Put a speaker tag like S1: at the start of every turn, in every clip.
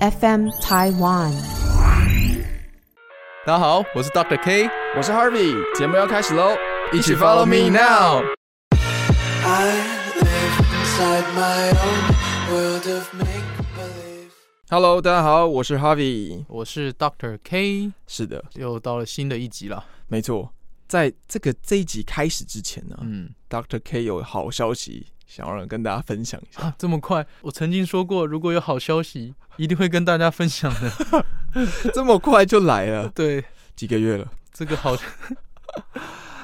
S1: FM Taiwan。
S2: 大家好，我是 Doctor K，
S3: 我是 Harvey，节目要开始喽，
S2: 一起 follow me now。
S4: I live inside my own world of make believe.
S3: Hello，大家好，我是 Harvey。
S2: 我是 Doctor K，
S3: 是的，
S2: 又到了新的一集了。
S3: 没错，在这个这一集开始之前呢、
S2: 嗯
S3: d r K 有好消息想要跟大家分享一下。
S2: 啊，这么快！我曾经说过，如果有好消息，一定会跟大家分享的。
S3: 这么快就来了，
S2: 对，
S3: 几个月了？
S2: 这个好，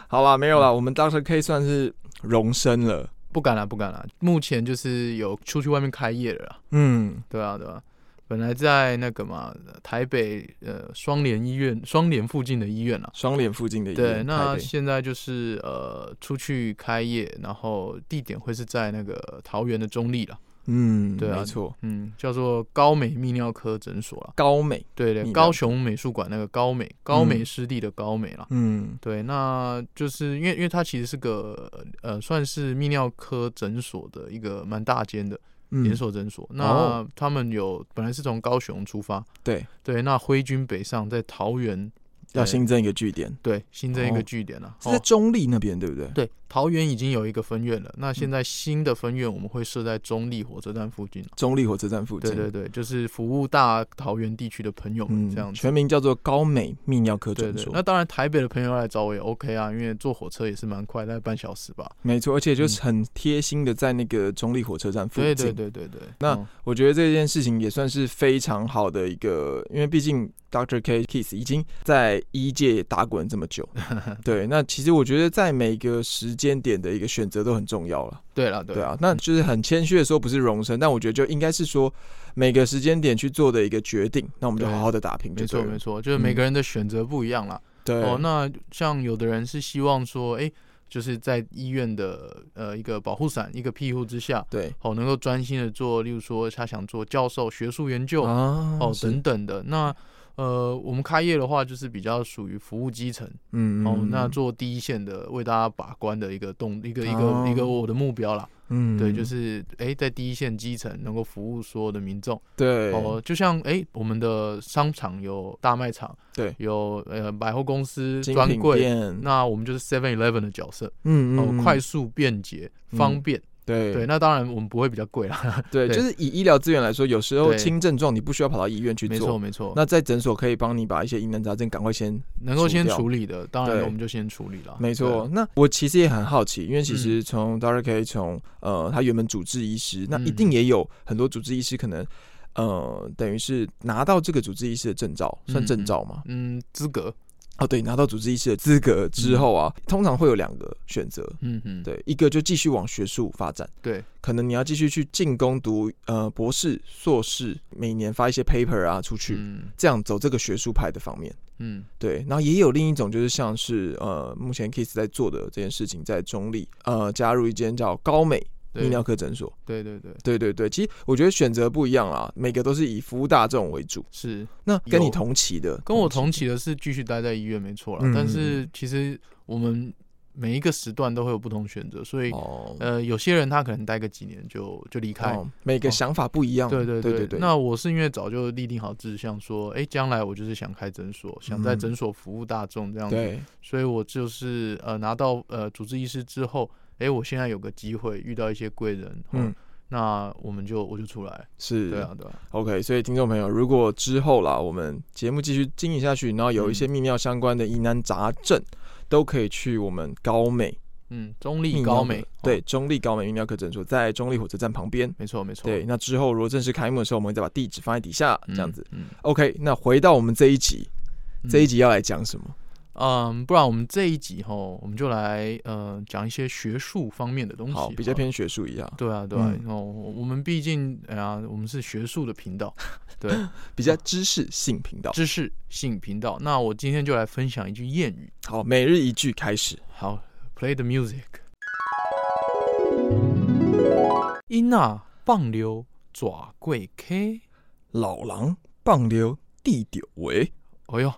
S3: 好啦，没有啦，
S2: 嗯
S3: 我们 Dr. K 算是荣升了。
S2: 不敢了，不敢了。目前就是有出去外面开业了啦。
S3: 嗯，
S2: 对啊，对啊。本来在那个嘛，台北呃双联医院、双联附近的医院啊，
S3: 双联附近的医
S2: 对，
S3: 院
S2: 那
S3: 台北
S2: 现在就是呃出去开业，然后地点会是在那个桃园的中立了，
S3: 嗯，
S2: 对啊
S3: 没错，
S2: 嗯，叫做高美泌尿科诊所啦。
S3: 高美，
S2: 对
S3: 泌
S2: 对，
S3: 尿
S2: 高雄美术馆那个高美，高美
S3: 嗯
S2: 湿地的高美啦。
S3: 嗯
S2: 对，那就是因为因为它其实是个呃算是泌尿科诊所的一个蛮大间的
S3: 嗯
S2: 连锁诊所，那
S3: 哦
S2: 他们有本来是从高雄出发，
S3: 对，
S2: 对，那挥军北上，在桃园
S3: 要
S2: 呃
S3: 新增一个据点，
S2: 对新增一个
S3: 哦
S2: 据点了、
S3: 是在
S2: 哦
S3: 中立那边，对不对？
S2: 对，桃园已经有一个分院了，那现
S3: 嗯
S2: 在新的分院我们会设在中立火车站附近。
S3: 中立火车站附近。
S2: 对对对，就是服务大桃园地区的朋友们
S3: 嗯，
S2: 这样子。
S3: 全名叫做高美泌尿科
S2: 对
S3: 诊
S2: 对
S3: 所，，
S2: 那当然台北的朋友来找我也 OK 啊，因为坐火车也是蛮快，大概半小时吧。
S3: 没错，而且就是很贴心的在那个中立火车站附近。
S2: 嗯对对对对对。
S3: 那
S2: 嗯
S3: 我觉得这件事情也算是非常好的一个，因为毕竟 Dr. K Kiss 已经在医界打滚这么 久，对，那其实我觉得在每个时间点的一个选择都很重要了，
S2: 对了对嗯
S3: 对啊，那就是很谦虚的说不是荣升，但我觉得就应该是说每个时间点去做的一个决定，那我们就
S2: 对
S3: 好好的打拼就
S2: 没
S3: 对
S2: 错
S3: 了，
S2: 没错，就是每个人的选择不一样啦。
S3: 对，
S2: 哦，那像有的人是希望说，哎、就是在医院的呃一个保护伞、一个庇护之下，
S3: 对
S2: 哦，能够专心的做，例如说他想做教授、学术研究，
S3: 啊
S2: 哦
S3: 是
S2: 等等的。那呃，我们开业的话，就是比较属于服务基层，
S3: 嗯
S2: 哦，那
S3: 做
S2: 做第一线的为大家把关的一个动一个一个、
S3: 哦
S2: 一个我的目标啦。
S3: 嗯
S2: 对，就是哎、在第一线基层能够服务所有的民众。
S3: 对
S2: 哦，就像哎、我们的商场有大卖场，
S3: 对
S2: 有呃百货公司
S3: 精
S2: 专
S3: 品
S2: 柜。
S3: 店
S2: 那我们就是 Seven Eleven 的角色，
S3: 嗯
S2: 哦，快
S3: 速
S2: 速、便捷、
S3: 嗯
S2: 方便，
S3: 对
S2: 对。那当然我们不会比较贵啦，
S3: 对，
S2: 对
S3: 就是以医疗资源来说，有时候
S2: 对
S3: 轻症状你不需要跑到医院去
S2: 没错
S3: 做，
S2: 没错。
S3: 那在诊所可以帮你把一些疑难杂症赶快先。
S2: 能够先
S3: 除掉
S2: 处理的，当
S3: 对
S2: 然我们就先处理了。
S3: 没错，那我其实也很好奇，因为其实从 d r K 从呃他原本主治医师，那一定也有很多主治医师可能呃等于是拿到这个主治医师的证照，算
S2: 嗯
S3: 证照吗？
S2: 嗯，资格，
S3: 哦，对，拿到主治医师的资格之后啊，通常会有两个选择，
S2: 嗯嗯，
S3: 对，一个就继续往学术发展。
S2: 对
S3: 可能你要继续去进攻读呃博士、硕士，每年发一些 paper 啊出去，
S2: 嗯
S3: 这样走这个学术派的方面。
S2: 嗯
S3: 对，然后也有另一种就是像是呃目前 Kiss 在做的这件事情，在中立呃加入一间叫高美泌
S2: 对
S3: 尿科诊所。
S2: 对对对，
S3: 对对对，其实我觉得选择不一样啦，每个都是以服务大众为主。
S2: 是
S3: 那跟你
S2: 有
S3: 同期的，
S2: 跟我同期的是继续待在医院没错
S3: 嗯
S2: 啦，但是其实我们每一个时段都会有不同选择，所以
S3: 哦，
S2: 呃，有些人他可能待个几年就就离开。
S3: 哦每个
S2: 哦
S3: 想法不一样。
S2: 对对
S3: 对
S2: 对
S3: 对，
S2: 那我是因为早就立定好志向，说，哎，将来我就是想开诊所，想在
S3: 嗯
S2: 诊所服务大众这样子，
S3: 对
S2: 所以我就是呃拿到呃主治医师之后，哎，我现在有个机会遇到一些贵人，
S3: 嗯
S2: 嗯，那我们就我就出来，
S3: 是
S2: 对啊对啊，
S3: OK，所以听众朋友，如果之后啦，我们节目继续经营下去，然后有一些
S2: 嗯
S3: 泌尿相关的疑难杂症，都可以去我们高美
S2: 嗯，中
S3: 泌
S2: 立
S3: 尿
S2: 高
S3: 科
S2: 美，
S3: 对
S2: 哦，
S3: 中立高美泌尿科诊所，在中立火车站旁边。
S2: 没错没错，
S3: 对，那之后如果正式开幕的时候，我们会再把地址放在底下，
S2: 嗯，
S3: 这样子。
S2: 嗯，
S3: OK，那回到我们这一集，
S2: 嗯
S3: 这一集要来讲什么？
S2: 嗯，不然我们这一集吼，我们就来呃讲一些学术方面的东西，
S3: 好，比较。偏学术一样，
S2: 嗯对啊，对啊
S3: 嗯，
S2: 哦，我们毕竟哎呀，我们是学术的频道，对，
S3: 比较知识性频道。
S2: 知识性频道。那我今天就来分享一句谚语。
S3: 好，每日一句开始。
S2: 好，Play the music。因啊放流爪贵 K，
S3: 老狼棒溜地丢喂，
S2: 哎呦，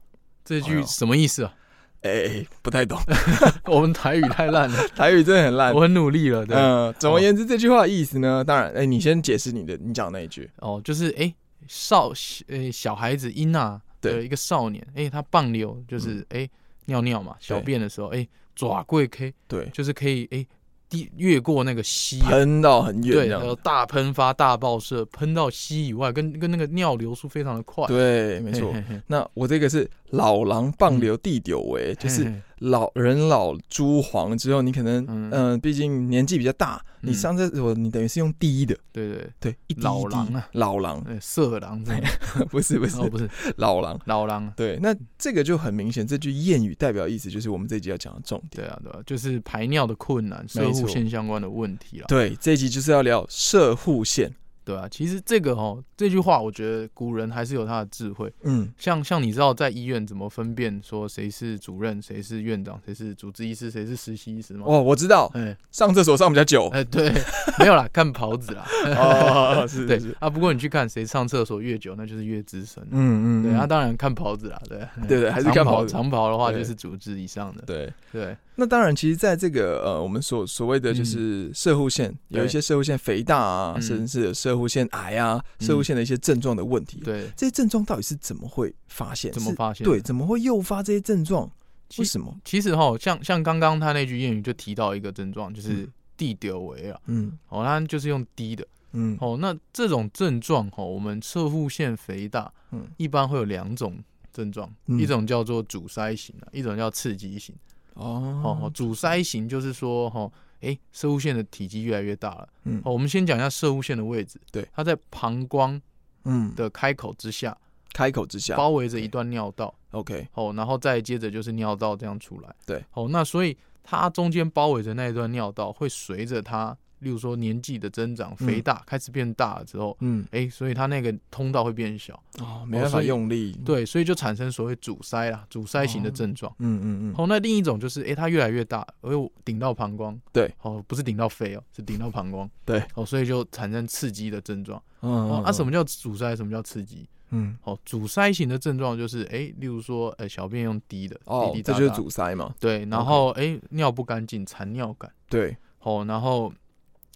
S2: 这
S3: 哎
S2: 句
S3: 呦
S2: 什么意思啊？
S3: 哎、不太懂，
S2: 我们台语太烂了，
S3: 台语真的很烂。
S2: 我很努力了，对。
S3: 哦嗯，总而言之，这句话的意思呢，当然，哎、你先解释你的，你讲那一句。
S2: 哦，就是哎、少呃小孩子婴啊的
S3: 对嗯
S2: 一个少年，哎、他棒流就是哎、尿尿嘛，小便的时候哎、爪跪 K
S3: 对，
S2: 就是可以哎滴、越过那个溪啊、
S3: 喷到很远这
S2: 对，然后
S3: 样，
S2: 大喷发、大爆射，喷到溪以外，跟跟那个尿流速非常的快，
S3: 对，没
S2: 嘿，
S3: 错
S2: 嘿。嘿
S3: 那我这个是老狼棒流地久为，就是
S2: 嘿嘿
S3: 老人老珠黄之后，你可能
S2: 嗯
S3: 嗯，毕竟年纪比较大，你
S2: 嗯
S3: 上厕所你等于是用滴的，
S2: 对对
S3: 对，一滴一滴
S2: 老狼啊，
S3: 老狼
S2: 对，色狼这样，
S3: 不是不是
S2: 哦不是
S3: 老狼。
S2: 老狼啊，
S3: 对，那这个就很明显，这句谚语代表意思就是我们这一集要讲的重
S2: 对
S3: 点。
S2: 啊对啊，就是排尿的困难、
S3: 没
S2: 射
S3: 错
S2: 护腺相关的问题啦，
S3: 对，这一集就是要聊射护线。
S2: 对啊，其实这个哦，这句话我觉得古人还是有他的智慧。
S3: 嗯，
S2: 像像你知道在医院怎么分辨说谁是主任、谁是院长、谁是主治医师、谁是实习医师吗？
S3: 哦，我知道，
S2: 哎
S3: 上厕所上比较久。
S2: 哎，对，没有啦，看袍子 啦。
S3: 哦，是
S2: 对
S3: 是是，
S2: 啊，不过你去看谁上厕所越久，那就是越资深。
S3: 嗯嗯，
S2: 对，
S3: 嗯
S2: 啊，当然看袍子啦，对
S3: 对对还是看
S2: 长
S3: 袍
S2: 袍。
S3: 子
S2: 长袍的话
S3: 对
S2: 就是主治以上的，
S3: 对。
S2: 对
S3: 那当然，其实在这个呃，我们所所谓的就是射护线，
S2: 嗯对
S3: 有一些射护线肥大啊，
S2: 嗯
S3: 甚至有射护线癌啊，射护线的一些症状的问题。，啊
S2: 对。
S3: 这些症状到底是怎么会发现？
S2: 怎么
S3: 是
S2: 发现？啊
S3: 对，，怎么会诱发这些症状？
S2: 其
S3: 为什么？
S2: 其实哈，像像刚刚他那句谚语就提到一个症状，就是
S3: 嗯
S2: 地丢维啊，
S3: 嗯
S2: 哦，他就是用低的。
S3: 嗯，
S2: 哦，那这种症状哦，我们侧腹腺肥大，
S3: 嗯
S2: 一般会有两种症状，
S3: 嗯
S2: 一种叫做阻塞型啊，一种叫刺激型。哦，
S3: 哦，
S2: 阻塞型就是说，哦，哎，射物腺的体积越来越大了。
S3: 嗯
S2: 哦，我们先讲一下射物腺的位置，
S3: 对，
S2: 它在膀胱
S3: 嗯，
S2: 的开口之下，
S3: 开口之下
S2: 包围着一段尿道，
S3: ，OK，
S2: 哦，然后再接着就是尿道这样出来。
S3: 对，
S2: 哦，那所以它中间包围着那一段尿道，会随着它，例如说年纪的增长，肥
S3: 嗯
S2: 大、开始变大了之后。
S3: 嗯，
S2: 哎、所以它那个通道会变小，
S3: 哦，没办法
S2: 所以
S3: 用力，，
S2: 对，所以就产生所谓阻塞啦，阻塞型的症状。
S3: 嗯嗯嗯，
S2: 哦，那另一种就是，哎、它越来越大，而我顶到膀胱，
S3: 对，
S2: 哦，不是顶到肺哦，是顶到膀胱，
S3: 对，
S2: 哦，所以就产生刺激的症状。
S3: 嗯
S2: 哦，那、什
S3: 么？
S2: 么叫阻塞？什么叫刺激？
S3: 嗯，
S2: 哦，阻塞型的症状就是，哎、例如说，呃，小便用滴的，
S3: 哦
S2: 滴滴，
S3: 这
S2: 答答，
S3: 就是阻塞嘛，
S2: 对，然后，哎、尿不干净，残尿感，
S3: 对，
S2: 哦，然后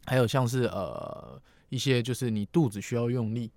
S2: 还有像是呃一些就是你肚子需要用力，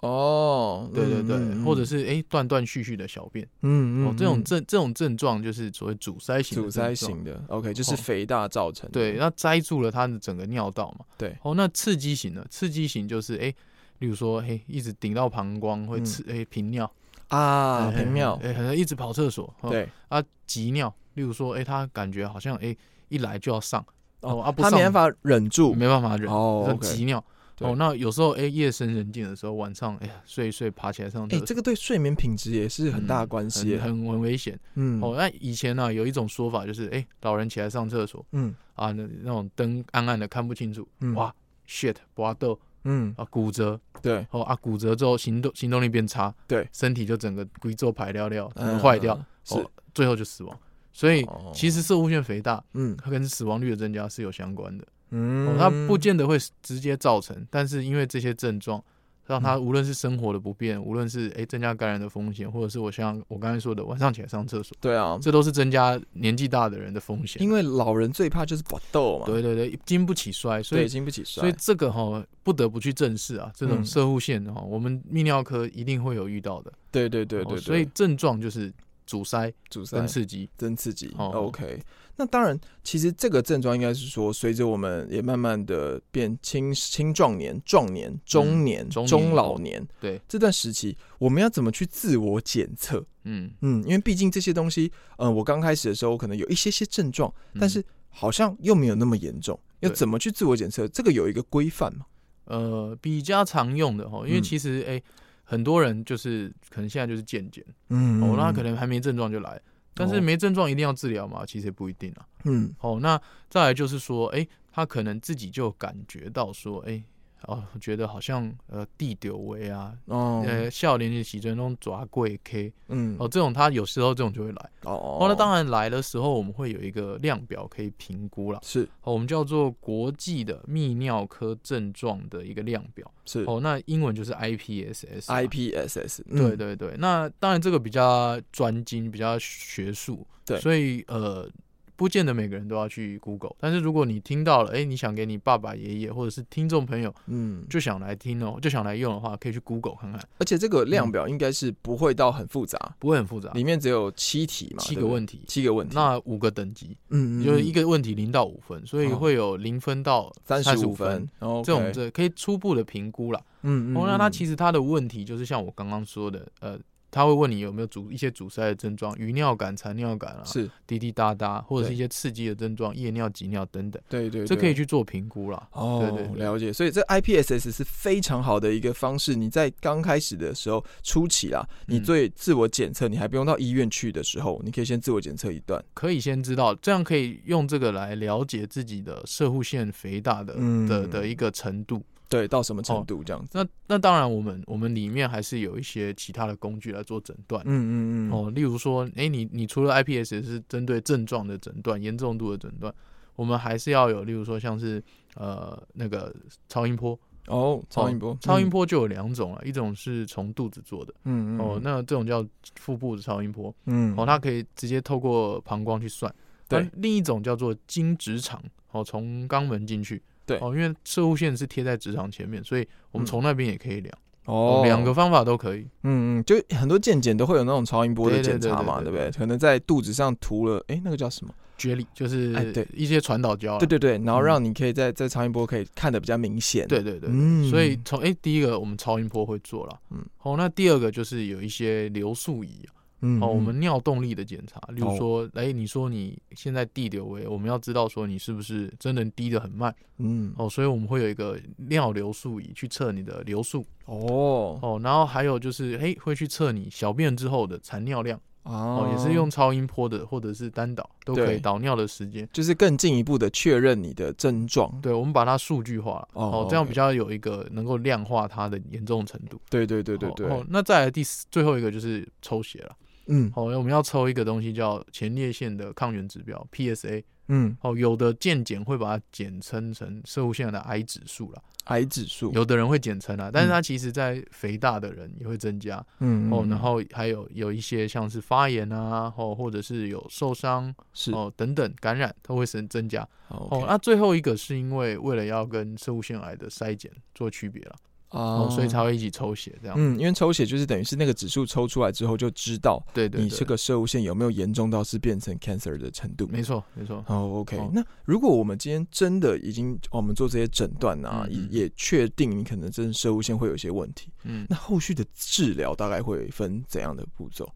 S3: 哦，
S2: 对对
S3: 嗯
S2: 对，
S3: 嗯
S2: 或者
S3: 嗯
S2: 是哎断断续续的小便，
S3: 嗯
S2: 哦，这种
S3: 嗯
S2: 症这种症状就是所谓阻塞型的
S3: 阻塞
S2: 症状
S3: 型的，OK，就是
S2: 哦
S3: 肥大造成的，
S2: 对，那塞住了它的整个尿道嘛，
S3: 对
S2: 哦，那刺激型的刺激型就是哎、例如说嘿一直顶到膀胱会
S3: 嗯
S2: 刺哎、频尿
S3: 啊，
S2: 哎
S3: 平尿，
S2: 哎、可能一直跑厕所，哦、
S3: 对，
S2: 啊急尿，例如说哎、他感觉好像哎、一来就要上哦啊不
S3: 他
S2: 上
S3: 没办法忍住，
S2: 没办法忍，
S3: 哦
S2: 那
S3: ，OK
S2: 急尿。
S3: 对
S2: 哦，那有时候哎、夜深人静的时候，晚上哎呀睡一睡，爬起来上
S3: 哎
S2: 厕，所，嗯
S3: 这个对睡眠品质也是很大的关系耶，
S2: 很很危险。
S3: 嗯，
S2: 哦，那以前呢、有一种说法就是，哎、老人起来上厕所
S3: 嗯
S2: 啊，那那种灯暗暗的看不清楚，
S3: 嗯
S2: 哇，shit，拔豆
S3: 嗯，
S2: 啊，骨折，
S3: 对，
S2: 哦啊，骨折之后行动行动力变差，
S3: 对
S2: 身体就整个骨做排掉掉，整
S3: 嗯
S2: 个坏掉，
S3: 是
S2: 哦，最后就死亡。所以
S3: 哦
S2: 其实射物腺肥大，
S3: 嗯
S2: 它跟死亡率的增加是有相关的，哦
S3: 嗯，，
S2: 它不见得会直接造成，但是因为这些症状。让
S3: 嗯
S2: 它无论是生活的不便，无论是诶增加感染的风险，或者是我像我刚才说的晚上起来上厕所。
S3: 对啊，
S2: 这都是增加年纪大的人的风险。
S3: 因为老人最怕就是搏斗嘛，
S2: 对对对，经不起摔，所
S3: 对，
S2: 以
S3: 经不起摔，
S2: 所以这个哈、不得不去正视啊，这
S3: 嗯
S2: 种射护线哈、我们泌尿科一定会有遇到的。
S3: 对对对
S2: 哦
S3: 对，对
S2: 所以症状就是阻塞
S3: 阻塞
S2: 跟刺激。
S3: 真刺激。
S2: 哦
S3: OK，那当然，其实这个症状应该是说，随着我们也慢慢的变青青壮年、壮年、中年、
S2: 嗯中年
S3: 老年，
S2: 对
S3: 这段时期，我们要怎么去自我检测？
S2: 嗯，
S3: 嗯，因为毕竟这些东西，嗯、我刚开始的时候可能有一些些症状，
S2: 嗯
S3: 但是好像又没有那么严重。要
S2: 对
S3: 怎么去自我检测？这个有一个规范嘛？
S2: 呃，比较常用的哈、因为
S3: 嗯
S2: 其实哎、很多人就是可能现在就是渐渐
S3: 嗯
S2: 哦，那他可能还没症状就来，但
S3: 哦
S2: 是没症状一定要治疗嘛，其实也不一定啊。
S3: 嗯
S2: 哦，那再来就是说，哎、他可能自己就感觉到说，哎、哦，觉得好像呃地丢位啊，
S3: 哦
S2: 呃，笑脸的时阵那种抓贵 K
S3: 嗯
S2: 哦，这种他有时候这种就会来。
S3: 哦
S2: 哦，那当然来的时候，我们会有一个量表可以评估啦。
S3: 是
S2: 哦，我们叫做国际的泌尿科症状的一个量表。
S3: 是
S2: 哦，那英文就是 IPSS 啊。
S3: IPSS 嗯
S2: 对对对，那当然这个比较专精，比较学术，
S3: 对
S2: 所以呃，不见得每个人都要去 Google，但是如果你听到了，哎，你想给你爸爸、爷爷或者是听众朋友
S3: 嗯，
S2: 就想来听哦，就想来用的话，可以去 Google 看看，
S3: 而且这个
S2: 嗯
S3: 量表应该是不会到很复杂，
S2: 不会很复杂，
S3: 里面只有七题
S2: 啊
S3: 嘛，
S2: 七
S3: 对
S2: 个
S3: 不对
S2: 问题，
S3: 七个问题，
S2: 那五个等级，
S3: 嗯
S2: 就是一
S3: 个
S2: 个问题零到五分，所以
S3: 哦
S2: 会有零分到
S3: 三
S2: 十
S3: 十五
S2: 分
S3: 分，，这
S2: 这种这可以初步的评估啦。
S3: 嗯
S2: 哦，那他
S3: 实
S2: 其实他的问题就是像我刚刚说的，呃，他会问你有没有阻一些阻塞的症状，余尿感、残尿感啊，
S3: 是
S2: 滴滴答答，或者是
S3: 对
S2: 一些刺激的症状，夜尿、急尿等等，
S3: 对对，
S2: 这可以
S3: 对
S2: 去做评估啦。
S3: 哦，
S2: 对对对
S3: 了解。所以这 IPSS 是非常好的一个方式。你在刚开始的时候初期啦，你
S2: 嗯
S3: 最自我检测，你还不用到医院去的时候，你可以先自我检测一段。
S2: 可以先知道，这样可以用这个来了解自己的射护腺肥大的、
S3: 嗯
S2: 的的一个程度。
S3: 对，到什么程度这样子？
S2: 那那当然，我们我们里面还是有一些其他的工具来做诊断。
S3: 嗯嗯嗯，
S2: 哦，例如说，哎、你你除了 IPS 是针对症状的诊断、严重度的诊断，我们还是要有，例如说像是呃那个超音波，
S3: 哦，超音波，
S2: 超音波就有两种啊，一种是从肚子做的，
S3: 嗯，嗯嗯
S2: 哦，那这种叫腹部的超音波，
S3: 嗯
S2: 哦，它可以直接透过膀胱去算。
S3: 对
S2: 那另一种叫做经直肠，哦，从肛门进去，
S3: 对嗯
S2: 哦，因为射护线是贴在直肠前面，所以我们从那边也可以量，
S3: 哦
S2: 两个方法都可以，
S3: 嗯嗯，就很多健检都会有那种超音波的
S2: 对对
S3: 检查嘛，
S2: 对
S3: 对
S2: 对
S3: 不
S2: 对
S3: 对？可能在肚子上涂了，哎，那个叫什么？
S2: 绝理就是
S3: 哎对
S2: 一些传导胶啊，
S3: 对对对，然后
S2: 嗯
S3: 让你可以在在超音波可以看得比较明显。
S2: 对对对，
S3: 嗯
S2: 所以从哎、第一个我们超音波会做了，
S3: 嗯
S2: 嗯，好、那第二个就是有一些流速仪啊，
S3: 嗯，嗯哦
S2: 哦，我们尿动力的检查，例如说，哎、你说你现在滴流位，我们要知道说你是不是真的滴得很慢，
S3: 嗯
S2: 哦，所以我们会有一个尿流速仪去测你的流速，
S3: 哦
S2: 哦，然后还有就是，哎、会去测你小便之后的残尿量，哦
S3: 哦，
S2: 也是用超音波的或者是单导都可
S3: 对
S2: 以导尿的时间。
S3: 就是更进一步的确认你的症状。
S2: 对，我们把它数据化了，
S3: 哦
S2: 哦，这样
S3: OK
S2: 比较有一个能够量化它的严重程度。
S3: 对对对对对，
S2: 哦，哦那再来第四最后一个就是抽血了。
S3: 嗯
S2: 哦，我们要抽一个东西叫前列腺的抗原指标 PSA。
S3: 嗯，
S2: 哦，有的健检会把它简称成射物腺的癌指数啦，
S3: 癌指数
S2: 有的人会简称啦，但是它其实在肥大的人也会增加。
S3: 嗯
S2: 哦，
S3: 嗯
S2: 然后还有有一些像是发炎啊，哦，或者是有受伤
S3: 是
S2: 哦等等感染都会增增加。哦，
S3: 哦
S2: 那最后一个是因为为了要跟射物腺癌的筛检做区别了，
S3: 啊
S2: 哦，所以才会一起抽血这样。
S3: 嗯，因为抽血就是等于是那个指数抽出来之后就知道
S2: 对对对，
S3: 你这个射物线有没有严重到是变成 cancer 的程度。
S2: 没错没错。
S3: 哦，OK，
S2: 哦
S3: 那如果我们今天真的已经哦我们做这些诊断啊，
S2: 嗯嗯
S3: 也也确定你可能真的射物线会有一些问题，
S2: 嗯
S3: 那后续的治疗大概会分怎样的步骤，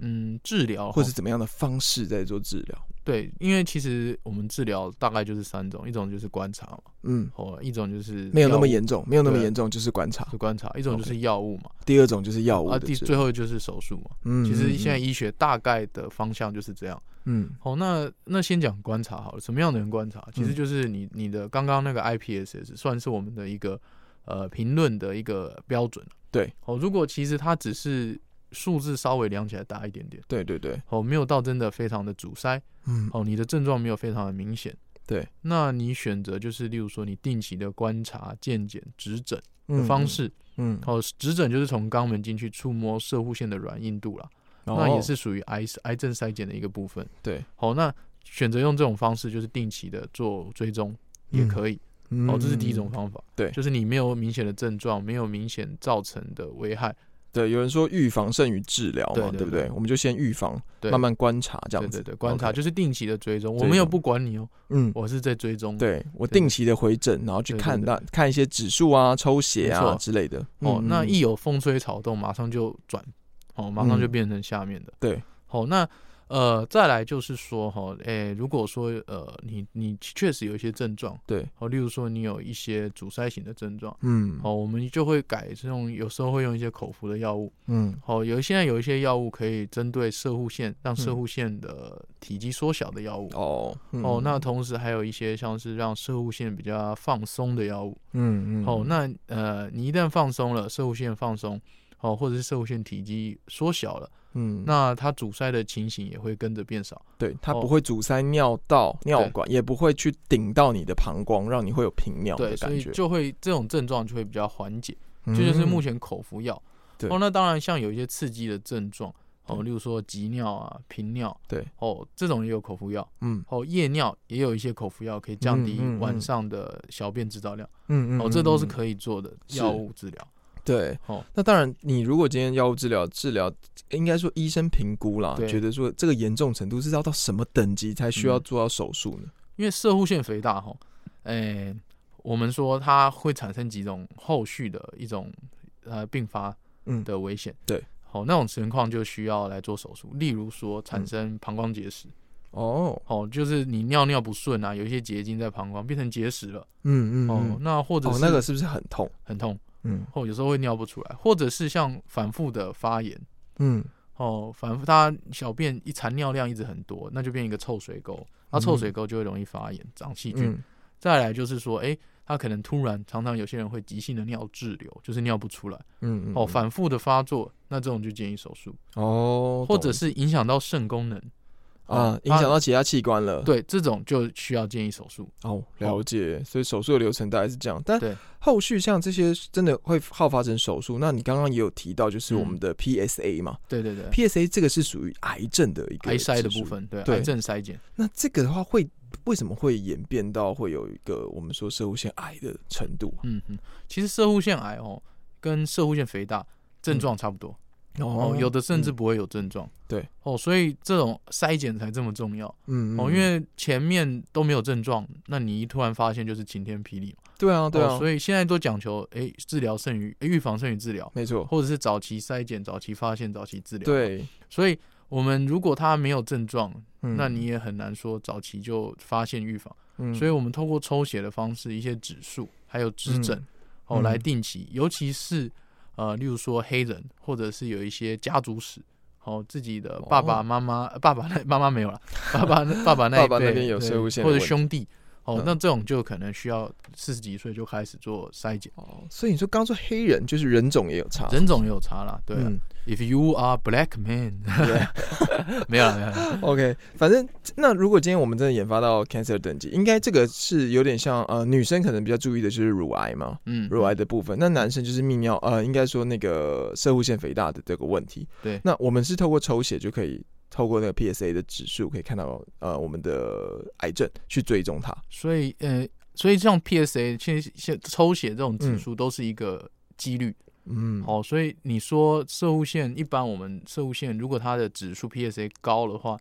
S2: 嗯，治疗
S3: 或
S2: 或
S3: 是
S2: 是
S3: 怎么样的方式在做治疗？
S2: 对，因为其实我们治疗大概就是三种，一种就是观察嘛，
S3: 嗯，
S2: 哦，一种就是
S3: 没有那么
S2: 药
S3: 严重，没有那么
S2: 对
S3: 严重，就是观察
S2: 物。是观察，一种就是药物嘛，
S3: 第二种就是药物
S2: 啊，
S3: 的
S2: 第
S3: 治
S2: 最
S3: 疗。
S2: 后就是手术嘛。
S3: 嗯
S2: 其
S3: 嗯
S2: 实
S3: 嗯
S2: 现在医学大概的方向就是这样。
S3: 嗯
S2: 哦，那那先讲观察好了，什么样的人观察？其实
S3: 嗯
S2: 就是你你的刚刚那个 IPSS 算是我们的一个呃评论的一个标准。
S3: 对，
S2: 哦，如果其实它只是数字稍微量起来大一点点，
S3: 对对对，
S2: 哦，没有到真的非常的阻塞，
S3: 嗯
S2: 哦，你的症状没有非常的明显。
S3: 对，
S2: 那你选择就是，例如说你定期的观察、健检、指诊的方，式。
S3: 嗯，嗯
S2: 哦，指诊就是从肛门进去触摸射护腺的软硬度啦，
S3: 哦
S2: 那也是属于癌癌症筛检的一个部分。
S3: 对，
S2: 好、那选择用这种方式，就是定期的做追踪也可以。
S3: 哦
S2: 哦，这是第一种方法。
S3: 对
S2: 就是你没有明显的症状，没有明显造成的危害。
S3: 对，有人说预防胜于治疗嘛，
S2: 对对
S3: 对不
S2: 对
S3: 对？我们就先预防，
S2: 对，
S3: 慢慢观察这
S2: 对
S3: 样
S2: 对
S3: 子。
S2: 对，观察
S3: OK
S2: 就是定期的追踪，
S3: 追
S2: 我
S3: 踪
S2: 没有不管你哦，
S3: 嗯，
S2: 我是在追踪。。
S3: 对我
S2: 对
S3: 定期的回诊，然后去
S2: 对对
S3: 看
S2: 对
S3: 那看一些指数啊、抽血
S2: 没
S3: 啊
S2: 错
S3: 之类的。
S2: 哦，
S3: 嗯
S2: 那
S3: 嗯
S2: 一有风吹草动，马上就转，哦，马上就
S3: 嗯
S2: 变成下面的。
S3: 对，
S2: 好、那呃，再来就是说，哈、诶、如果说呃，你你确实有一些症状，
S3: 对，
S2: 哦，例如说你有一些阻塞型的症状，
S3: 嗯
S2: 哦，我们就会改这种，有时候会用一些口服的药物，
S3: 嗯
S2: 哦，有现在有一些药物可以针对射护腺，让射护腺的体积缩小的药物。
S3: 嗯哦
S2: 哦，
S3: 嗯
S2: 那同时还有一些像是让射护腺比较放松的药物，
S3: 嗯嗯
S2: 哦，那呃，你一旦放松了，射物线放松，哦，或者是射物线体积缩小了，
S3: 嗯
S2: 那它阻塞的情形也会跟着变少。
S3: 对，它
S2: 哦
S3: 不会阻塞尿道、尿管，也不会去顶到你的膀胱，让你会有频尿
S2: 对，
S3: 的
S2: 所
S3: 感
S2: 以
S3: 觉。
S2: 就会这种症状就会比较缓解，
S3: 这
S2: 这就是目前口服药。
S3: 对
S2: 哦，那当然像有一些刺激的症状，哦，例如说急尿啊、频尿，
S3: 对，
S2: 哦，这种也有口服药，
S3: 嗯
S2: 哦，夜尿也有一些口服药可以降低
S3: 嗯嗯嗯
S2: 晚上的小便制造量，
S3: 嗯嗯，
S2: 哦，这都是
S3: 嗯
S2: 可以做的
S3: 是
S2: 药物治疗，
S3: 对，
S2: 哦
S3: 那当然，你如果今天药物治疗治疗，应该说医生评估啦，
S2: 对
S3: 觉得说这个严重程度是要到什么等级才需要
S2: 嗯
S3: 做到手术呢？
S2: 因为射护腺肥大，哈，诶，我们说它会产生几种后续的一种呃并发
S3: 嗯，
S2: 的危险，
S3: 对，
S2: 好、那种情况就需要来做手术，例如说产生膀胱结石，
S3: 哦，
S2: 哦，就是你尿尿不顺啊，有一些结晶在膀胱变成结石了，
S3: 嗯嗯，
S2: 哦，
S3: 嗯
S2: 那或者
S3: 哦
S2: 是，
S3: 那个是不是很痛？
S2: 很痛，
S3: 嗯
S2: 哦，有时候会尿不出来，或者是像反复的发炎，
S3: 嗯，
S2: 哦，反复它小便一残尿量一直很多，那就变一个臭水沟，那臭水沟就会容易发炎长细菌。
S3: 嗯
S2: 再来就是说，诶，他可能突然常常有些人会急性的尿滞留，就是尿不出来，
S3: 嗯嗯
S2: 哦，
S3: 嗯
S2: 反复的发作，那这种就建议手术，
S3: 哦，
S2: 或者
S3: 懂
S2: 是影响到肾功能。哦
S3: 啊，影响到其他器官了。
S2: 对，这种就需要建议手术。
S3: 哦，了解。所以手术的流程大概是这样，但
S2: 对
S3: 后续像这些真的会好发成手术。那你刚刚也有提到，就是我们的 PSA 嘛
S2: 对嗯对对，
S3: ，PSA 这个是属于癌症的一个
S2: 癌筛的
S3: 指数
S2: 部。分，对，
S3: 对
S2: 癌症筛检。
S3: 那这个的话会，为什么会演变到会有一个我们说射物腺癌的程度啊？
S2: 嗯嗯，其实射护腺癌哦，跟射护腺肥大症状差不多，哦，有的甚至不会有症状。
S3: 嗯对，
S2: 哦，所以这种筛检才这么重要
S3: 嗯，嗯
S2: 哦，
S3: 嗯
S2: 因为前面都没有症状，那你一突然发现就是晴天霹雳嘛。
S3: 对啊，对
S2: 哦
S3: 啊，以
S2: 所以现在都讲求诶治疗胜于诶预防胜于治疗，
S3: 没错，
S2: 或者是早期筛检、早期发现、早期治疗。，
S3: 对，
S2: 所以我们如果他没有症状，
S3: 嗯
S2: 那你也很难说早期就发现预防。
S3: 嗯
S2: 所以我们透过抽血的方式，一些指数还有指诊。
S3: 嗯
S2: 哦
S3: 嗯
S2: 来定期，尤其是呃，例如说黑人，或者是有一些家族史，哦，自己的爸爸
S3: 哦
S2: 妈妈、呃爸爸那妈妈没有了，爸爸那爸爸那一
S3: 爸爸那
S2: 辈
S3: 边有
S2: 对
S3: 税务线的
S2: 或者
S3: 问题
S2: 兄弟，哦，
S3: 嗯
S2: 那这种就可能需要四十几岁就开始做筛检，
S3: 哦，所以你说刚说黑人就是人种也有差，
S2: 人种也有差啦，对啊、
S3: 嗯
S2: i f you are black man，没有啦没有啦，
S3: 啊 OK，反正那如果今天我们真的研发到 cancer 等级，应该这个是有点像呃，女生可能比较注意的就是乳癌嘛，
S2: 嗯，
S3: 乳癌的部分。那男生就是泌尿呃，应该说那个射护腺肥大的这个问题。
S2: 对
S3: 那我们是透过抽血就可以透过那个 PSA 的指数可以看到呃我们的癌症去追踪它。
S2: 所以呃，所以像 PSA，现现抽血这种指
S3: 嗯
S2: 数都是一个几率。
S3: 嗯，
S2: 哦，所以你说射物线，一般我们射物线如果它的指数 PSA 高的话，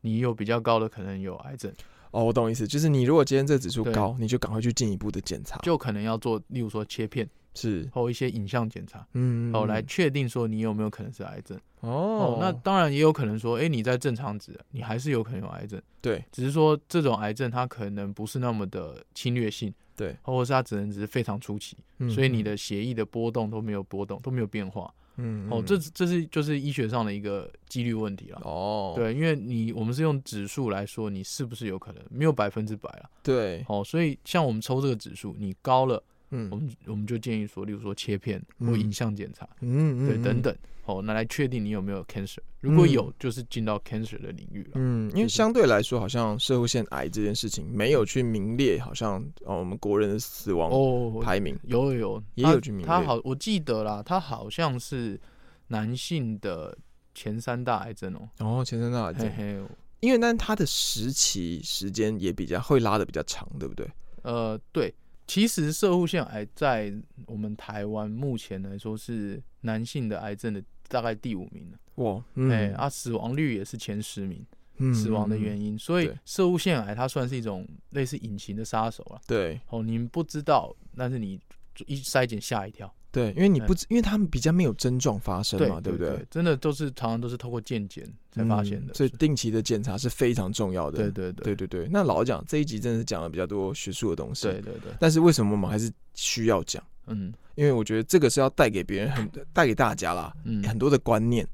S2: 你有比较高的可能有癌症，
S3: 哦，我懂意思，就是你如果今天这指数
S2: 对
S3: 高，你就赶快去进一步的检查。
S2: 就可能要做，例如说切片
S3: 是，
S2: 或一些影像检查，
S3: 嗯，
S2: 哦，来确定说你有没有可能是癌症。
S3: 哦
S2: 哦，，那当然也有可能说，哎，你在正常值，你还是有可能有癌症，
S3: 对，
S2: 只是说这种癌症它可能不是那么的侵略性，
S3: 对，
S2: 或者是它只能只是非常初期，所以你
S3: 嗯
S2: 的血液的波动都没有波动，都没有变化。
S3: 嗯
S2: 哦，
S3: 嗯
S2: 这这是就是医学上的一个几率问题啦。
S3: 哦，
S2: 对，因为你我们是用指数来说，你是不是有可能没有百分之百啦？
S3: 对，
S2: 哦，所以像我们抽这个指数，你高了，
S3: 嗯
S2: 我们我们就建议说，例如说切片
S3: 嗯
S2: 或影像检查，
S3: 嗯
S2: 对，
S3: 嗯
S2: 等
S3: 嗯
S2: 等，哦，那来确定你有没有 cancer。如果
S3: 嗯
S2: 有，就是进到 cancer 的领域了。
S3: 嗯，因
S2: 就是
S3: 为相对来说，好像社会腺癌这件事情没有去名列，好像哦，我们国人的死亡
S2: 哦，
S3: 排名。
S2: 有有有，
S3: 也
S2: 它
S3: 有去名
S2: 它
S3: 列
S2: 好，我记得啦，它好像是男性的前三大癌症哦。
S3: 哦，前三大癌
S2: 嘿
S3: 症，
S2: 嘿，
S3: 因为但它的时期时间也比较会拉的比较长，对不对？
S2: 呃，对，其实射护腺癌在我们台湾目前来说是男性的癌症的大概第五名了，
S3: 哇，
S2: 哎、
S3: 嗯，
S2: 啊，死亡率也是前十名，
S3: 嗯
S2: 死亡的
S3: 因，
S2: 原因，所以
S3: 对
S2: 射护腺癌它算是一种类似隐形的杀手了。
S3: 对
S2: 哦，你们不知道，但是你一筛检吓一跳，
S3: 对，因为你
S2: 哎
S3: 不知，因为他们比较没有症状发生
S2: 对
S3: 嘛，对不
S2: 对？真的都是常常都是透过健检才发现
S3: 嗯
S2: 的，
S3: 所以定期的检查是非常重要的。
S2: 对对对
S3: 对对对那老实讲这一集真的是讲了比较多学术的东西，
S2: 对对对，
S3: 但是为什么我们还是需要讲？
S2: 嗯
S3: 因为我觉得这个是要带给别人很带给大家啦，
S2: 嗯，
S3: 很多的观念，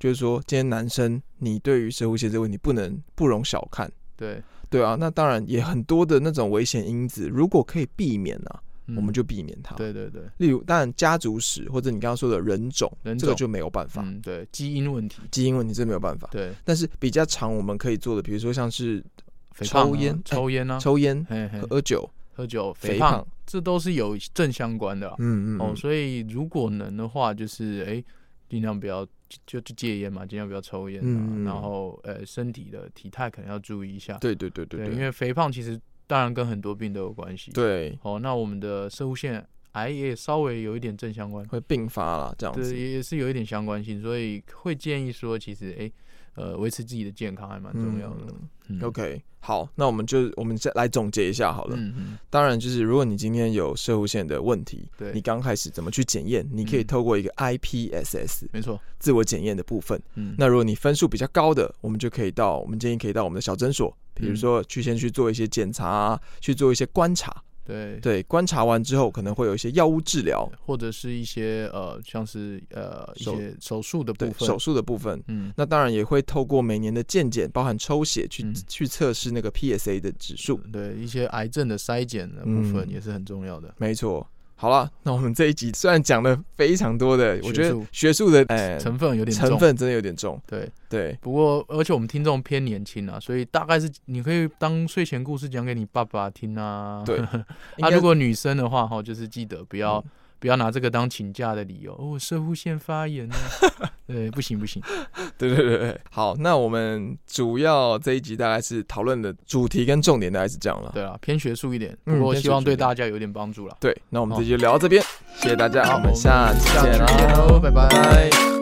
S3: 就是说今天男生你对于射护腺这个问题不能不容小看，
S2: 对，
S3: 对啊，那当然也很多的那种危险因子，如果可以避免啊，
S2: 嗯
S3: 我们就避免它。，
S2: 对对对，
S3: 例如当然家族史或者你刚刚说的人种，
S2: 人种
S3: 这个就没有办法，
S2: 嗯对，基因问题，
S3: 基因问题这没有办法。
S2: 对，
S3: 但是比较常我们可以做的，比如说像是
S2: 肥胖啊
S3: 抽烟
S2: 抽烟啊， 哦
S3: 抽烟、
S2: 嘿嘿，
S3: 喝酒、
S2: 喝酒、肥
S3: 肥
S2: 胖，
S3: 胖，
S2: 这都是有正相关的啊、
S3: 嗯嗯，
S2: 哦。
S3: 嗯
S2: 所以如果能的话，就是哎，尽量不要就就戒烟嘛，尽量不要抽烟、啊。
S3: 嗯
S2: 然后呃，身体的体态可能要注意一下。
S3: 对对对对
S2: 因
S3: 对
S2: 为肥胖其实当然跟很多病都有关系。，
S3: 对，
S2: 哦，那我们的射物腺癌也稍微有一点正相关，
S3: 会并发啦，这样
S2: 对，
S3: 子。
S2: 也也是有一点相关性，所以会建议说，其实哎、呃，维持自己的健康还蛮重要的。
S3: 嗯
S2: 嗯
S3: OK，好，那我们就我们再来总结一下好了。
S2: 嗯嗯，
S3: 当然，就是如果你今天有射护线的问题，
S2: 对
S3: 你刚开始怎么去检验？你可以
S2: 嗯
S3: 透过一个 IPSS
S2: 没错。
S3: 自我检验的部分。
S2: 嗯，
S3: 那如果你分数比较高的，我们就可以到我们建议可以到我们的小诊所，比如
S2: 嗯
S3: 说去先去做一些检查啊，去做一些观察。
S2: 对对，
S3: 对，观察完之后可能会有一些药物治疗，
S2: 或者是一些呃，像是呃一
S3: 手
S2: 些手术的部
S3: 对
S2: 分。
S3: 手术的部分。
S2: 嗯，
S3: 那当然也会透过每年的健检，包含抽血去、
S2: 嗯
S3: 去测试那个 PSA 的指数。
S2: 对一些癌症的筛检的部分
S3: 嗯
S2: 也是很重要的。
S3: 没错。好了，那我们这一集虽然讲了非常多的，我
S2: 学
S3: 觉得
S2: 术
S3: 学术的哎
S2: 成分有点重
S3: 成分真的有点重，
S2: 对，
S3: 对，
S2: 不过而且我们听众偏年轻啊，所以大概是你可以当睡前故事讲给你爸爸听啊。
S3: 对应
S2: 啊，
S3: 该
S2: 如果女生的话哈，就是记得不要、
S3: 嗯
S2: 不要拿这个当请假的理由，哦，我射护腺发炎 呢、对，不行不行，
S3: 对对对对，好，那我们主要这一集大概是讨论的主题跟重点大概是这样了。
S2: 对啊，偏学术一点，
S3: 嗯
S2: 不过
S3: 偏
S2: 希
S3: 学
S2: 望
S3: 术一
S2: 对
S3: 点
S2: 大家有点帮助啦。
S3: 对，那我们这集就聊到这边，谢谢大家，我们下次
S2: 下
S3: 见
S2: 次
S3: 啦
S2: 见喽，拜拜
S3: 拜。